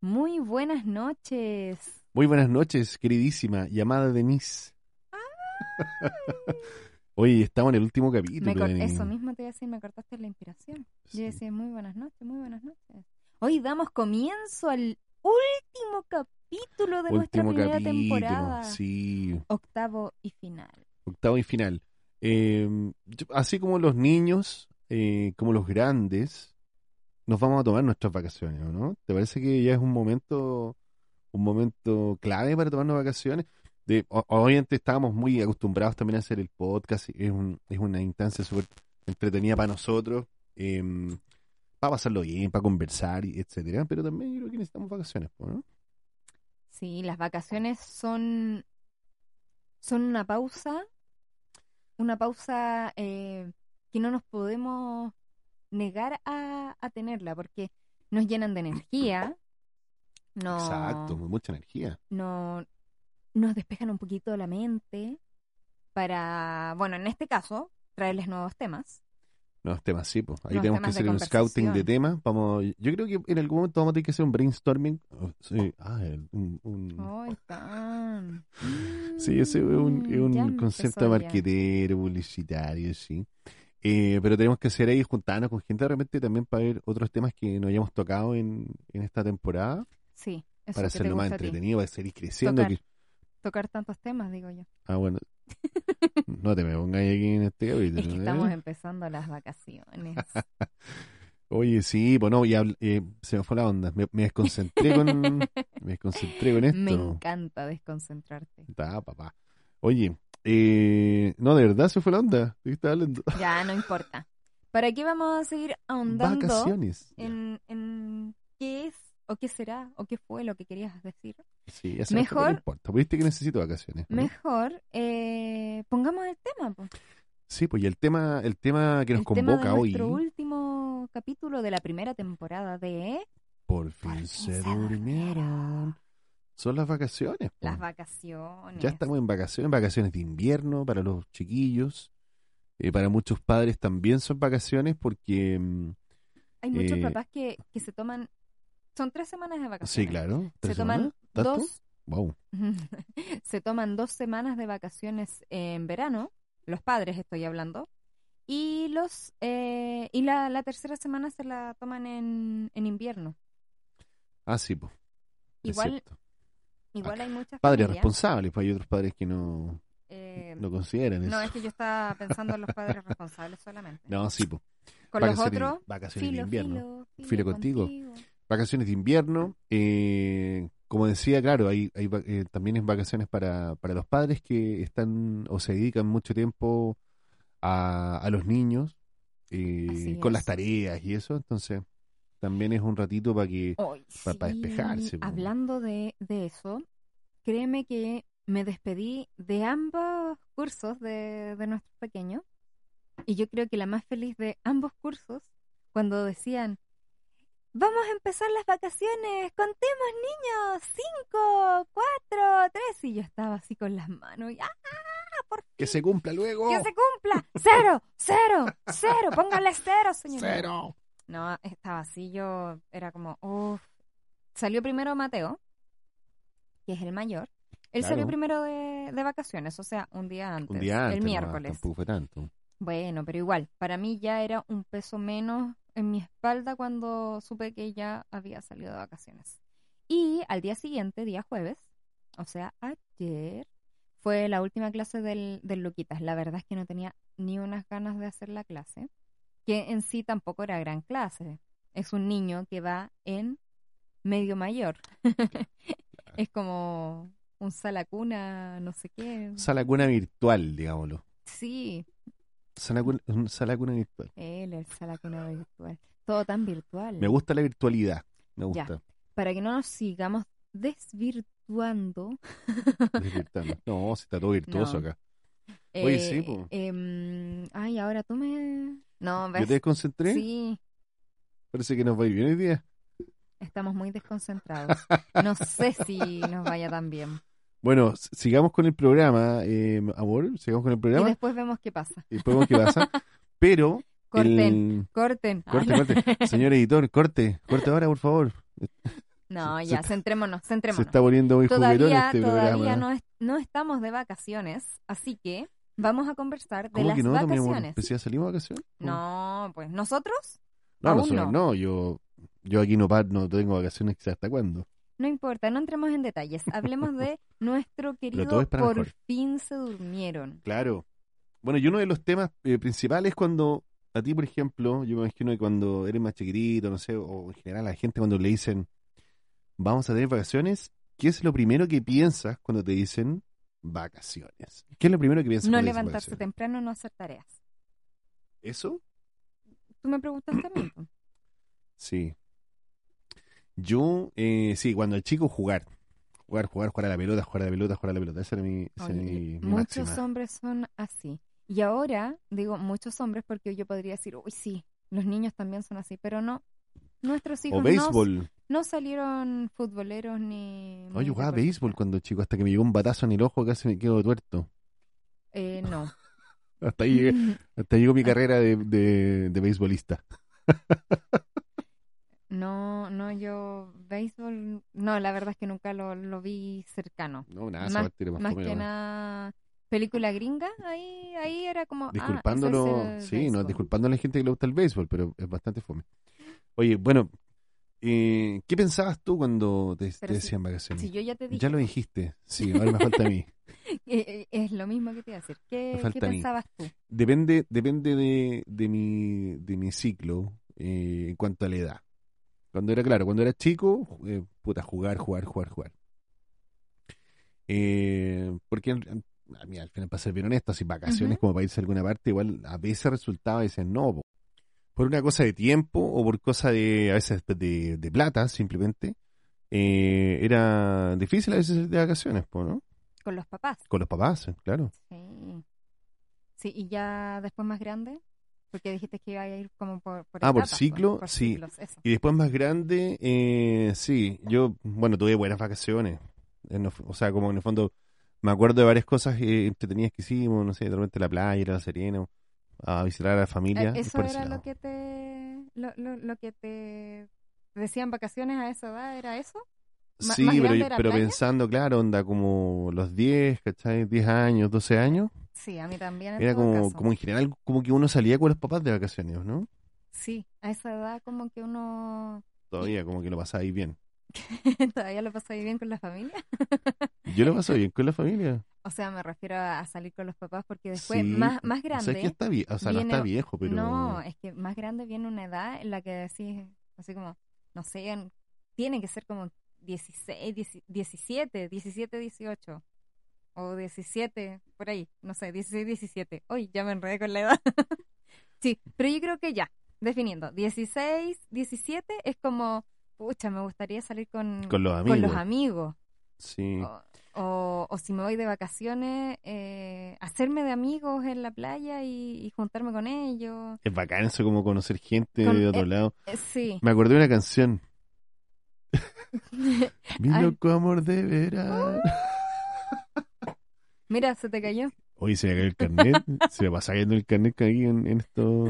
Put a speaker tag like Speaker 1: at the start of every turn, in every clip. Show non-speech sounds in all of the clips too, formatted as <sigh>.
Speaker 1: Muy buenas noches.
Speaker 2: Muy buenas noches, queridísima, llamada Denise. Oye, estamos en el último capítulo.
Speaker 1: Ah. Me cort-
Speaker 2: Denise.
Speaker 1: Eso mismo te iba a decir, me cortaste la inspiración. Yo decía, muy buenas noches, muy buenas noches. Hoy damos comienzo al último capítulo de nuestra
Speaker 2: último
Speaker 1: primera
Speaker 2: capítulo.
Speaker 1: temporada.
Speaker 2: Sí,
Speaker 1: Octavo y final.
Speaker 2: octavo y final. Eh, yo- así como los niños, eh, como los grandes, nos vamos a tomar nuestras vacaciones, ¿o ¿no? ¿Te parece que ya es un momento, un momento clave para tomarnos vacaciones? De, o- obviamente estábamos muy acostumbrados también a hacer el podcast, es, un- es una instancia súper entretenida para nosotros, em, para pasarlo bien, para conversar, y etcétera, pero también yo creo que necesitamos vacaciones, po, ¿no?
Speaker 1: Sí, las vacaciones son, son una pausa, una pausa eh, que no nos podemos negar a, a tenerla porque nos llenan de energía. No,
Speaker 2: Exacto, mucha energía.
Speaker 1: no, nos despejan un poquito la mente para, bueno, en este caso, traerles nuevos temas.
Speaker 2: Los temas, sí, pues. Ahí
Speaker 1: Los
Speaker 2: tenemos que
Speaker 1: temas de
Speaker 2: hacer un scouting de
Speaker 1: conversación.
Speaker 2: temas. Vamos, yo creo que en algún momento vamos a tener que hacer un brainstorming. Oh, sí, ah, el- un, un-
Speaker 1: Ay, tan.
Speaker 2: sí, ese es un, es
Speaker 1: Mm,
Speaker 2: un
Speaker 1: ya empezó
Speaker 2: concepto de
Speaker 1: ya.
Speaker 2: marquetero, publicitario, sí. Eh, pero tenemos que hacer ahí juntarnos con gente de repente también para ver otros temas que no hayamos tocado en, en esta temporada,
Speaker 1: Sí, eso
Speaker 2: para
Speaker 1: que te
Speaker 2: hacerlo más
Speaker 1: gusta a ti.
Speaker 2: entretenido, para seguir creciendo.
Speaker 1: Tocar.
Speaker 2: que-
Speaker 1: Tocar tantos temas, digo yo.
Speaker 2: ah, bueno, <laughs> no te me pongas ahí aquí en este capítulo.
Speaker 1: Es que
Speaker 2: ¿eh?
Speaker 1: estamos empezando las vacaciones.
Speaker 2: Oye, sí, bueno, y habl- eh, se me fue la onda. Me, me desconcentré con,
Speaker 1: <laughs>
Speaker 2: me desconcentré con <laughs> esto.
Speaker 1: Me encanta desconcentrarte.
Speaker 2: Da, papá. Oye, eh, no, de verdad se fue la onda. ¿De qué estaba hablando?
Speaker 1: Ya, no importa. ¿Para qué vamos a seguir ahondando
Speaker 2: <laughs> Vacaciones. Ya,
Speaker 1: en, en qué es o qué será o qué fue lo que querías decir?
Speaker 2: Sí, ya sabes, pero no
Speaker 1: mejor-
Speaker 2: importa. Pues viste que necesito vacaciones. ¿no?
Speaker 1: Mejor eh, pongamos el tema. po.
Speaker 2: Sí, pues y el tema, el tema que nos
Speaker 1: el
Speaker 2: convoca
Speaker 1: tema de
Speaker 2: hoy, ¿eh?
Speaker 1: nuestro último capítulo de la primera temporada de
Speaker 2: por fin
Speaker 1: Por fin se
Speaker 2: se
Speaker 1: durmieron.
Speaker 2: durmieron. Son las vacaciones. po.
Speaker 1: las vacaciones.
Speaker 2: Ya estamos en vacaciones, vacaciones de invierno para los chiquillos. Eh, para muchos padres también son vacaciones porque. mm,
Speaker 1: Hay muchos
Speaker 2: eh,
Speaker 1: papás que, que se toman, son tres semanas de vacaciones.
Speaker 2: Sí, claro.
Speaker 1: Se
Speaker 2: ¿Tres
Speaker 1: toman
Speaker 2: semanas? ¿Tanto?
Speaker 1: dos
Speaker 2: Wow.
Speaker 1: <laughs> se toman dos semanas de vacaciones en verano, los padres estoy hablando, y los eh, y la, la tercera semana se la toman en, en invierno.
Speaker 2: Ah, sí, pues. es
Speaker 1: Igual,
Speaker 2: cierto.
Speaker 1: igual hay muchas
Speaker 2: Padres
Speaker 1: familias,
Speaker 2: responsables, pues hay otros padres que no,
Speaker 1: eh,
Speaker 2: no consideran eso.
Speaker 1: no, es que yo estaba pensando en los padres responsables solamente.
Speaker 2: No, sí, pues.
Speaker 1: Con los
Speaker 2: Vacaciones,
Speaker 1: otros,
Speaker 2: vacaciones de
Speaker 1: filo,
Speaker 2: invierno.
Speaker 1: filo, filo,
Speaker 2: Filo contigo. Vacaciones de invierno. eh, como decía, claro, hay, hay va- eh, también es vacaciones para, para los padres que están o se dedican mucho tiempo a, a los niños eh,
Speaker 1: Así
Speaker 2: con las
Speaker 1: es.
Speaker 2: tareas y eso. Entonces, también es un ratito para que.
Speaker 1: Ay,
Speaker 2: Pa- pa'
Speaker 1: sí.
Speaker 2: despejarse, po.
Speaker 1: Hablando de, de eso, créeme que me despedí de ambos cursos de, de nuestros pequeños. Y yo creo que la más feliz de ambos cursos, cuando decían, vamos a empezar las vacaciones, contemos niños, cinco, cuatro, tres. Y yo estaba así con las manos, y, ¡ah,
Speaker 2: ¡Que se cumpla luego!
Speaker 1: que se cumpla! ¡Cero, cero, cero! Póngale cero, señor.
Speaker 2: ¡Cero!
Speaker 1: No, estaba así, yo era como, uff. Salió primero Mateo, que es el mayor. Él
Speaker 2: Claro.
Speaker 1: salió primero de, de vacaciones, o sea, un día antes,
Speaker 2: Un día antes
Speaker 1: el
Speaker 2: nomás,
Speaker 1: miércoles.
Speaker 2: tampoco fue tanto.
Speaker 1: Bueno, pero igual, para mí ya era un peso menos en mi espalda cuando supe que ya había salido de vacaciones. Y al día siguiente, día jueves, o sea, ayer, fue la última clase del, del Luquitas. La verdad es que no tenía ni unas ganas de hacer la clase, que en sí tampoco era gran clase. Es un niño que va en medio mayor. <laughs> Es como un salacuna, no sé qué.
Speaker 2: Sala cuna virtual, digámoslo.
Speaker 1: Sí,
Speaker 2: Sala cuna, un sala cuna virtual.
Speaker 1: Él, el salacuna virtual. Todo tan virtual.
Speaker 2: Me gusta la virtualidad. Me gusta.
Speaker 1: Para que no nos sigamos desvirtuando. <laughs>
Speaker 2: desvirtuando. No, si está todo virtuoso
Speaker 1: No.
Speaker 2: acá. Oye,
Speaker 1: eh,
Speaker 2: sí, po.
Speaker 1: em, ay, ahora tú me. No,
Speaker 2: Yo
Speaker 1: ves.
Speaker 2: te desconcentré.
Speaker 1: Sí,
Speaker 2: Parece que nos va a ir bien hoy día.
Speaker 1: estamos muy desconcentrados.
Speaker 2: <laughs>
Speaker 1: No sé si nos vaya tan bien.
Speaker 2: Bueno, s- sigamos con el programa, eh, amor. Sigamos con el
Speaker 1: Y
Speaker 2: programa.
Speaker 1: después vemos qué pasa.
Speaker 2: Y podemos que
Speaker 1: <laughs>
Speaker 2: pasa. Pero.
Speaker 1: Corten,
Speaker 2: el-
Speaker 1: corten. Ah, <laughs>
Speaker 2: Corte, corte. Señor editor, corte. Corte ahora, por favor.
Speaker 1: No,
Speaker 2: Se- se
Speaker 1: ya,
Speaker 2: está-
Speaker 1: centrémonos,
Speaker 2: Se
Speaker 1: centrémonos.
Speaker 2: está poniendo muy juguetón
Speaker 1: Todavía,
Speaker 2: este
Speaker 1: todavía
Speaker 2: programa.
Speaker 1: no, es- no estamos de vacaciones, así que vamos a conversar de
Speaker 2: ¿Cómo
Speaker 1: las
Speaker 2: que no? ¿También bueno, pues,
Speaker 1: vacaciones.
Speaker 2: empecé a salir de vacaciones?
Speaker 1: No, pues nosotros,
Speaker 2: No,
Speaker 1: aún
Speaker 2: nosotros
Speaker 1: no.
Speaker 2: no. Yo, yo aquí no, pa- no tengo vacaciones quizás hasta cuándo.
Speaker 1: no importa, no entremos en
Speaker 2: <laughs>
Speaker 1: detalles. Hablemos de nuestro
Speaker 2: todo
Speaker 1: querido
Speaker 2: es para
Speaker 1: Por
Speaker 2: mejor.
Speaker 1: fin se durmieron.
Speaker 2: Claro. Bueno, y uno de los temas eh, principales cuando a ti, por ejemplo, yo me imagino que cuando eres más chiquitito, no sé, o en general a la gente cuando le dicen, vamos a tener vacaciones, ¿qué es lo primero que piensas cuando te dicen vacaciones? ¿Qué es lo primero que piensas
Speaker 1: No
Speaker 2: cuando te dicen
Speaker 1: levantarse
Speaker 2: vacaciones?
Speaker 1: temprano, no hacer tareas.
Speaker 2: ¿Eso?
Speaker 1: Tú me preguntaste a mí. pues. po.
Speaker 2: Sí. Yo, eh, sí, cuando el chico jugar. Jugar, jugar, jugar a la pelota, jugar a la pelota, jugar a la pelota. Esa era mi, esa era
Speaker 1: Oye,
Speaker 2: mi- mi
Speaker 1: muchos
Speaker 2: máxima.
Speaker 1: hombres son así. Y ahora digo muchos hombres porque yo podría decir, uy, sí, los niños también son así, pero no. Nuestros hijos
Speaker 2: O
Speaker 1: no,
Speaker 2: béisbol.
Speaker 1: no salieron futboleros ni...
Speaker 2: No,
Speaker 1: ni
Speaker 2: yo jugaba
Speaker 1: deportistas.
Speaker 2: béisbol cuando chico, hasta que me llegó un batazo en el ojo, casi me quedo tuerto.
Speaker 1: Eh,
Speaker 2: <laughs>
Speaker 1: no.
Speaker 2: Hasta ahí, llegué- hasta ahí llegó mi carrera de, de, de beisbolista.
Speaker 1: <laughs> No, no, yo béisbol, no, la verdad es que nunca lo, lo vi cercano.
Speaker 2: No, nada,
Speaker 1: Más-
Speaker 2: esa parte era más
Speaker 1: Más
Speaker 2: fome,
Speaker 1: que
Speaker 2: ¿no?
Speaker 1: nada, película gringa, ahí, ahí era como... ah, ese es
Speaker 2: Disculpándolo,
Speaker 1: el
Speaker 2: sí, no,
Speaker 1: béisbol.
Speaker 2: disculpando a la gente que le gusta el béisbol, pero es bastante fome. Oye, bueno, eh, ¿qué pensabas tú cuando te, te
Speaker 1: Pero si-
Speaker 2: decían vacaciones?
Speaker 1: Si yo ya te dije,
Speaker 2: Ya lo dijiste, sí, ahora me falta
Speaker 1: <laughs>
Speaker 2: a mí.
Speaker 1: eh, eh, es lo mismo que te iba a decir. ¿Qué,
Speaker 2: Me
Speaker 1: qué
Speaker 2: falta a mí.
Speaker 1: pensabas tú?
Speaker 2: Depende, depende de, de mi, de mi ciclo eh, en cuanto a la edad. Cuando era, claro, cuando era chico, eh, puta, jugar, jugar, jugar, jugar. Eh, porque al, al- mira, al final, para ser bien honesto, sin vacaciones
Speaker 1: Ujú.
Speaker 2: como para irse a alguna parte, igual a veces resultaba, a veces no. po. Por una cosa de tiempo o por cosa de, a veces, de, de plata, simplemente, eh, era difícil a veces ir de vacaciones, po, ¿no?
Speaker 1: Con los papás.
Speaker 2: Con los papás, claro.
Speaker 1: Sí. Sí, y ya después más grande, porque dijiste que iba a ir como por, por
Speaker 2: Ah, por
Speaker 1: etapas, pues,
Speaker 2: ciclo,
Speaker 1: por
Speaker 2: sí.
Speaker 1: ciclos, eso.
Speaker 2: Y después más grande, eh, sí, yo, bueno, tuve buenas vacaciones. En el f- o sea, como en el fondo, me acuerdo de varias cosas eh, entretenidas que hicimos, no sé, de repente la playa, ir a la Serena, a visitar a la familia.
Speaker 1: Eh, Eso
Speaker 2: por ese
Speaker 1: era lo
Speaker 2: lado.
Speaker 1: que te lo, lo- lo que te decían vacaciones a esa edad, ¿era eso? ma-
Speaker 2: Sí,
Speaker 1: más
Speaker 2: pero,
Speaker 1: grande
Speaker 2: yo-
Speaker 1: era
Speaker 2: pero
Speaker 1: playa?
Speaker 2: pensando, claro, onda como los 10, ¿cachai? 10 años, 12 años.
Speaker 1: Sí, a mí también en
Speaker 2: Era
Speaker 1: todo
Speaker 2: como,
Speaker 1: caso.
Speaker 2: como en general, como que uno salía con los papás de vacaciones, ¿no?
Speaker 1: Sí, a esa edad como que uno
Speaker 2: Todavía, como que lo pasaba ahí bien.
Speaker 1: <laughs> todavía lo pasa bien con la familia.
Speaker 2: Yo
Speaker 1: <laughs>
Speaker 2: lo paso bien con la familia.
Speaker 1: O sea, me refiero a, a salir con los papás porque después
Speaker 2: Sí,
Speaker 1: más más
Speaker 2: O sea, es que
Speaker 1: grande,
Speaker 2: está vie- o sea, no
Speaker 1: viene-
Speaker 2: está viejo, pero...
Speaker 1: no, es que más grande viene una edad en la que decís así como no sé, en- tiene que ser como 16, 10 17, 17, 18 o 17, por ahí, no sé, 16, 17. Uy, ya me enredé con la edad. <laughs> Sí, pero yo creo que ya, definiendo, 16, 17 es como, pucha, me gustaría salir con,
Speaker 2: Con los
Speaker 1: con los amigos.
Speaker 2: amigos. Sí.
Speaker 1: O, o- o si me voy de vacaciones, eh, hacerme de amigos en la playa y, y juntarme con ellos.
Speaker 2: Es bacán eso como conocer gente
Speaker 1: Con-
Speaker 2: de otro
Speaker 1: eh,
Speaker 2: lado.
Speaker 1: Eh, sí. <laughs>
Speaker 2: Me acordé de una canción. Mi
Speaker 1: Ay.
Speaker 2: loco amor de verano.
Speaker 1: <laughs> Mira, se te cayó.
Speaker 2: Hoy se me cayó el carnet. se me pasa cayendo el carnet aquí en,
Speaker 1: <laughs>
Speaker 2: en esto.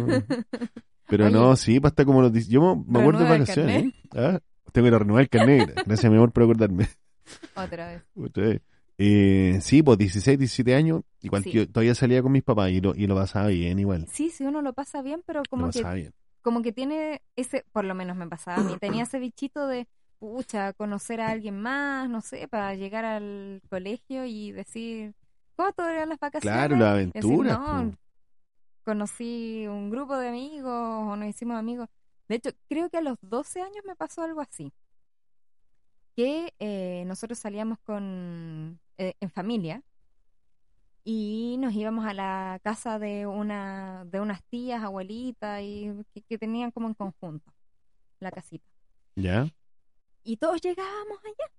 Speaker 2: Pero
Speaker 1: Oye.
Speaker 2: no, sí, para estar como los... dic- Yo me- me acuerdo de
Speaker 1: Renueva el
Speaker 2: vacaciones. ¿eh? Ah, Tengo que ir a renovar el carnet. Gracias, mi amor, por acordarme. <laughs>
Speaker 1: Otra vez.
Speaker 2: Otra vez. Eh, sí, pues 16, 17 años. Igual
Speaker 1: Sí.
Speaker 2: que todavía salía con mis papás y lo, y lo pasaba bien igual.
Speaker 1: Sí, sí, uno lo pasa bien, pero
Speaker 2: Lo
Speaker 1: como que
Speaker 2: pasaba bien.
Speaker 1: como que tiene ese, por lo menos me pasaba a mí, tenía ese bichito de, pucha, conocer a alguien más, no sé, para llegar al colegio y decir, ¿cómo estuvieron las vacaciones?
Speaker 2: Claro, la
Speaker 1: Y decir,
Speaker 2: aventura.
Speaker 1: no, conocí un grupo de amigos o nos hicimos amigos. De hecho, creo que a los 12 años me pasó algo así, que eh, nosotros salíamos con, eh, en familia y nos íbamos a la casa de una de unas tías, abuelitas y que, que tenían como en conjunto la casita.
Speaker 2: ¿Ya?
Speaker 1: Y todos llegábamos allá.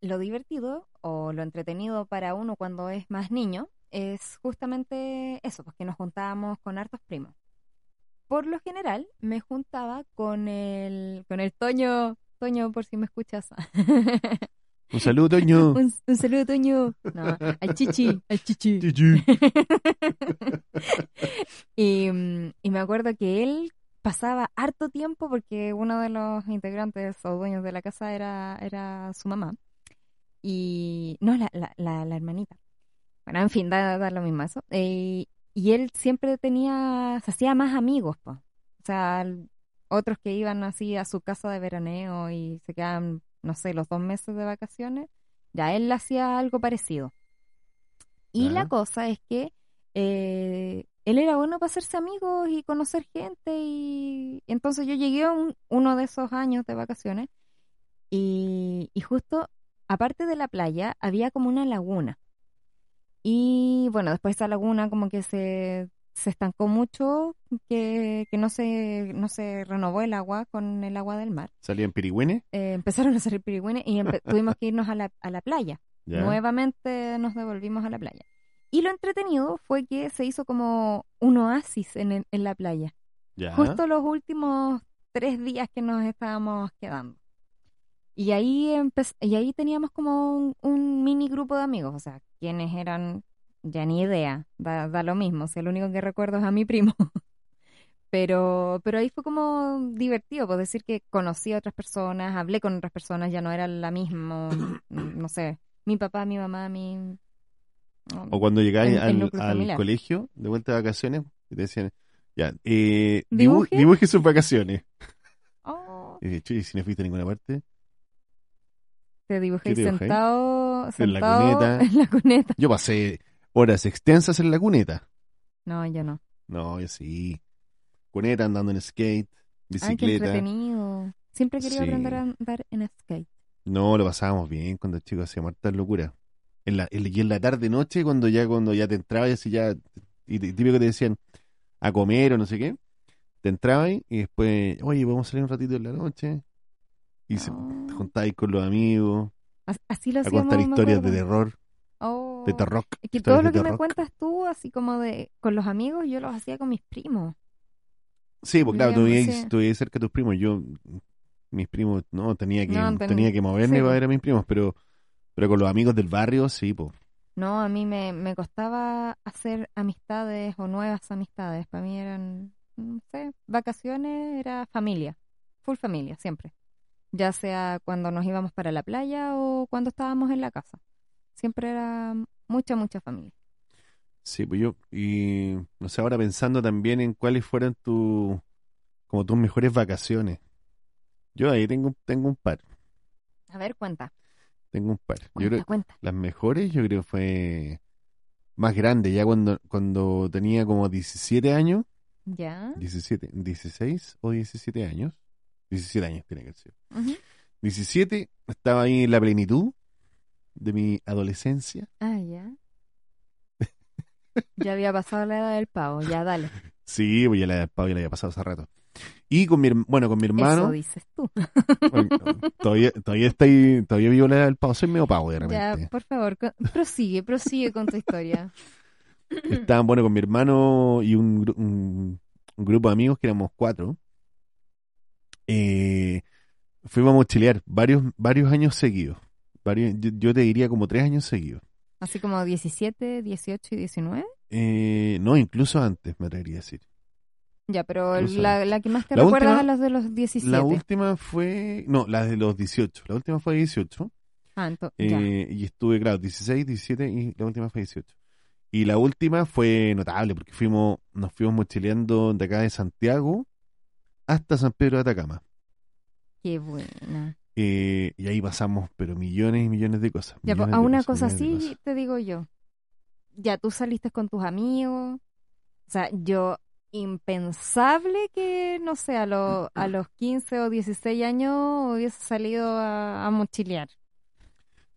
Speaker 1: Lo divertido o lo entretenido para uno cuando es más niño es justamente eso, porque nos juntábamos con hartos primos. Por lo general me juntaba con el con el Toño, Toño por si me escuchas.
Speaker 2: Un saludo,
Speaker 1: <laughs>
Speaker 2: Toño. <laughs>
Speaker 1: un, un saludo Toño. No, al Chichi, al Chichi.
Speaker 2: Chichi.
Speaker 1: y, mm, y me acuerdo que él pasaba harto tiempo porque uno de los integrantes o dueños de la casa era, era su mamá. Y no, la, la, la, la hermanita. Bueno, en fin, da, da lo mismo eso. Eh, y él siempre tenía, se hacía más amigos, po. O sea, otros que iban así a su casa de veraneo y se quedaban, no sé, los dos meses de vacaciones, ya él hacía algo parecido. Y
Speaker 2: Ya.
Speaker 1: la cosa es que eh, él era bueno para hacerse amigos y conocer gente y entonces yo llegué a un- uno de esos años de vacaciones y, y justo aparte de la playa había como una laguna. Y bueno, después esa laguna como que se, se estancó mucho, que, que no, se, no se renovó el agua con el agua del mar.
Speaker 2: ¿Salían pirigüines?
Speaker 1: Eh, empezaron a salir pirigüines y empe- tuvimos que irnos a la, a la playa.
Speaker 2: Ya.
Speaker 1: Nuevamente nos devolvimos a la playa. Y lo entretenido fue que se hizo como un oasis en, el- en la playa
Speaker 2: Ya.
Speaker 1: justo los últimos tres días que nos estábamos quedando. Y ahí, empe- y ahí teníamos como un, un mini grupo de amigos, o sea, quienes eran, ya ni idea, da, da lo mismo, si el único que recuerdo es a mi primo. <laughs> Pero, pero ahí fue como divertido, por decir que conocí a otras personas, hablé con otras personas, ya no era la misma, no sé, mi papá, mi mamá, mi... no,
Speaker 2: O cuando llegáis
Speaker 1: El- el
Speaker 2: al,
Speaker 1: núcleo
Speaker 2: al
Speaker 1: familiar.
Speaker 2: colegio de vuelta de vacaciones, y te decían, ya, eh, dibu-
Speaker 1: ¿Dibuje?
Speaker 2: dibuje sus vacaciones.
Speaker 1: oh,
Speaker 2: Y dije, "Chuy, si no fuiste a ninguna parte,
Speaker 1: te dibujé
Speaker 2: ¿Qué dibujáis?
Speaker 1: sentado,
Speaker 2: En la
Speaker 1: sentado <laughs>
Speaker 2: cuneta.
Speaker 1: en la cuneta.
Speaker 2: yo pasé horas extensas en la cuneta.
Speaker 1: No, yo no.
Speaker 2: No, yo sí. Cuneta andando en
Speaker 1: Ay,
Speaker 2: skate,
Speaker 1: Ah, qué
Speaker 2: bicicleta.
Speaker 1: entretenido. Siempre he querido
Speaker 2: Sí.
Speaker 1: aprender a andar en skate.
Speaker 2: No, lo pasábamos bien cuando chicos hacíamos hartas locuras. En la, en la- y en la tarde noche, cuando ya, cuando ya te entrabas y así ya, y te- típico te decían a comer o no sé qué, te entrabas y después, oye, vamos a salir un ratito en la noche. Y se,
Speaker 1: No.
Speaker 2: te juntabas con los amigos,
Speaker 1: Ah. As- Así lo
Speaker 2: a
Speaker 1: hacíamos,
Speaker 2: contar
Speaker 1: me
Speaker 2: historias de
Speaker 1: acuerdo.
Speaker 2: terror,
Speaker 1: Oh.
Speaker 2: de terror.
Speaker 1: Es que
Speaker 2: historias
Speaker 1: todo
Speaker 2: de
Speaker 1: lo que me
Speaker 2: terror.
Speaker 1: cuentas tú, así como de con los amigos, yo los hacía con mis primos.
Speaker 2: Sí, pues
Speaker 1: Yo
Speaker 2: claro,
Speaker 1: ya
Speaker 2: tú
Speaker 1: me-
Speaker 2: vivías,
Speaker 1: sí.
Speaker 2: tú vivías cerca de tus primos. Yo, mis primos, no, tenía que,
Speaker 1: No, ten-
Speaker 2: tenía que moverme
Speaker 1: sí,
Speaker 2: para
Speaker 1: pues.
Speaker 2: ver a mis primos, pero, pero con los amigos del barrio, sí, pues.
Speaker 1: No, a mí me, me costaba hacer amistades o nuevas amistades. Para mí eran, no sé, vacaciones era familia, full familia, siempre. Ya sea cuando nos íbamos para la playa o cuando estábamos en la casa. Siempre era mucha, mucha familia.
Speaker 2: Sí, pues yo, y no sé, ahora pensando también en cuáles fueron tus, como tus mejores vacaciones. Yo ahí tengo, tengo un par,
Speaker 1: A ver, cuenta,
Speaker 2: tengo un par. Yo
Speaker 1: cuenta,
Speaker 2: creo,
Speaker 1: cuenta.
Speaker 2: las mejores yo creo fue más grande, ya cuando, cuando tenía como 17 años,
Speaker 1: ¿Ya?
Speaker 2: 17, 16 o 17 años, 17 años tiene que ser.
Speaker 1: Ujú.
Speaker 2: 17, estaba ahí en la plenitud de mi adolescencia.
Speaker 1: Ah, ya.
Speaker 2: <laughs>
Speaker 1: Ya había pasado la edad del pavo, ya dale.
Speaker 2: Sí, pues ya la, ya la había pasado hace rato. Y con mi, herm- bueno, con mi hermano.
Speaker 1: Eso dices tú. <laughs>
Speaker 2: <laughs> Bueno, todavía, todavía estoy, todavía vivo la del pavo, soy medio pavo de
Speaker 1: Ya,
Speaker 2: repente.
Speaker 1: por favor, co- prosigue, prosigue con tu historia.
Speaker 2: Estaba,
Speaker 1: Mm.
Speaker 2: bueno, con mi hermano y un, gru- un- un grupo de amigos que éramos cuatro. Eh, fuimos a mochilear varios, varios años seguidos. Varios, yo, yo te diría como tres años seguidos.
Speaker 1: Así como 17, 18 y 19.
Speaker 2: Eh, no, incluso antes, me atrevería a decir.
Speaker 1: Ya, pero el-
Speaker 2: Incluso
Speaker 1: la, la que más te
Speaker 2: La
Speaker 1: recuerdas a
Speaker 2: última-
Speaker 1: los de los 17.
Speaker 2: La última fue, no, la de los 18. La última fue 18.
Speaker 1: Ah, ento- ya.
Speaker 2: Eh, y estuve, claro, 16, 17 y la última fue 18. Y la última fue notable porque fuimos, nos fuimos mochileando de acá de Santiago hasta San Pedro de Atacama.
Speaker 1: Qué buena.
Speaker 2: Eh, y ahí pasamos, pero millones y millones de cosas.
Speaker 1: Ya, pues,
Speaker 2: millones
Speaker 1: a
Speaker 2: de
Speaker 1: una
Speaker 2: cosas,
Speaker 1: cosa
Speaker 2: millones
Speaker 1: así
Speaker 2: de cosas.
Speaker 1: te digo yo. Ya tú saliste con tus amigos. O sea, yo, impensable que, no sé, a, lo-
Speaker 2: Mm.
Speaker 1: a los 15 o 16 años hubiese salido a, a mochilear.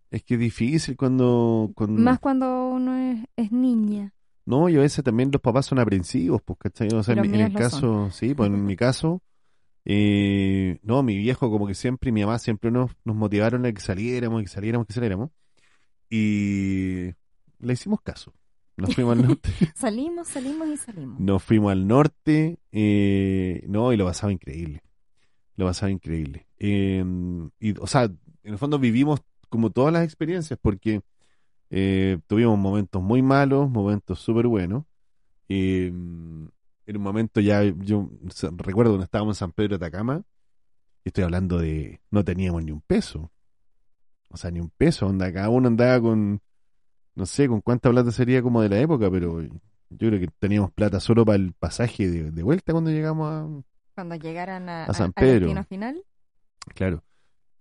Speaker 2: Es que es difícil cuando, cuando-
Speaker 1: Más cuando uno es, es niña.
Speaker 2: No, y a veces también los papás son aprensivos, pues, ¿cachai? O sea, en,
Speaker 1: Los
Speaker 2: mi- en el
Speaker 1: míos lo son.
Speaker 2: caso, sí, pues en mi caso, <laughs> eh, no, mi viejo como que siempre, y mi mamá siempre nos, nos motivaron a que saliéramos, que saliéramos, que saliéramos. Y le hicimos caso. Nos fuimos al <laughs> norte.
Speaker 1: Salimos, salimos y salimos.
Speaker 2: Nos fuimos al norte, eh, no, y lo pasaba increíble. Lo pasaba increíble. Eh, y, o sea, en el fondo vivimos como todas las experiencias, porque eh, tuvimos momentos muy malos, momentos súper buenos. eh, en un momento ya, yo se- recuerdo cuando estábamos en San Pedro de Atacama, y estoy hablando de, no teníamos ni un peso. O sea, ni un peso, onda, cada uno andaba con, no sé, con cuánta plata sería como de la época, pero yo creo que teníamos plata solo para el pasaje de, de vuelta cuando llegamos a,
Speaker 1: Cuando llegaran a,
Speaker 2: A San
Speaker 1: al
Speaker 2: Pedro.
Speaker 1: destino final,
Speaker 2: Claro.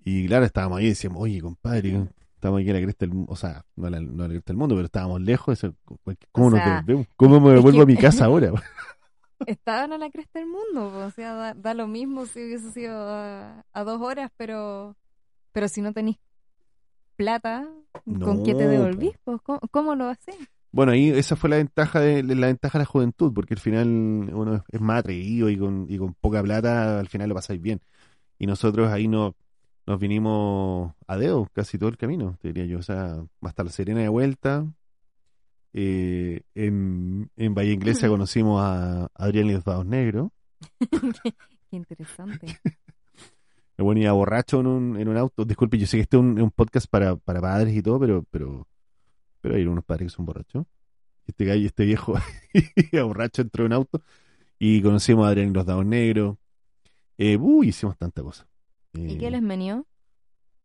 Speaker 2: Y claro, estábamos ahí y decíamos, oye, compadre, estamos aquí en la cresta del mundo, o sea, no a la, no a la cresta del mundo, pero estábamos lejos. de ser- ¿Cómo,
Speaker 1: O
Speaker 2: nos
Speaker 1: sea,
Speaker 2: devolvemos? ¿Cómo me
Speaker 1: es
Speaker 2: devuelvo
Speaker 1: que-
Speaker 2: a
Speaker 1: <laughs>
Speaker 2: mi casa ahora?
Speaker 1: estaban a la cresta del mundo. po, O sea, da, da lo mismo si hubiese sido a, a dos horas, pero, pero si no tenéis plata, ¿con qué te
Speaker 2: No, pues,
Speaker 1: devolvís? po? ¿Cómo, cómo lo hacés?
Speaker 2: Bueno, ahí esa fue la ventaja de la ventaja de la juventud, porque al final uno es, es más atrevido y con, y con poca plata al final lo pasáis bien. Y nosotros ahí no, nos vinimos a dedo casi todo el camino, te diría yo. O sea, hasta la Serena de vuelta. Eh, en, en Bahía Inglesa conocimos a Adrián y los Dados Negros.
Speaker 1: <laughs> Qué interesante.
Speaker 2: El bueno iba borracho en un, en un auto. Disculpe, yo sé que este es un, es un podcast para, para padres y todo, pero, pero, pero hay unos padres que son borrachos. Este gallo, este viejo, <laughs> iba borracho entró en un auto y conocimos a Adrián y los Dados Negros. Eh, uy, hicimos tanta cosa.
Speaker 1: ¿Y
Speaker 2: Eh,
Speaker 1: qué les menió?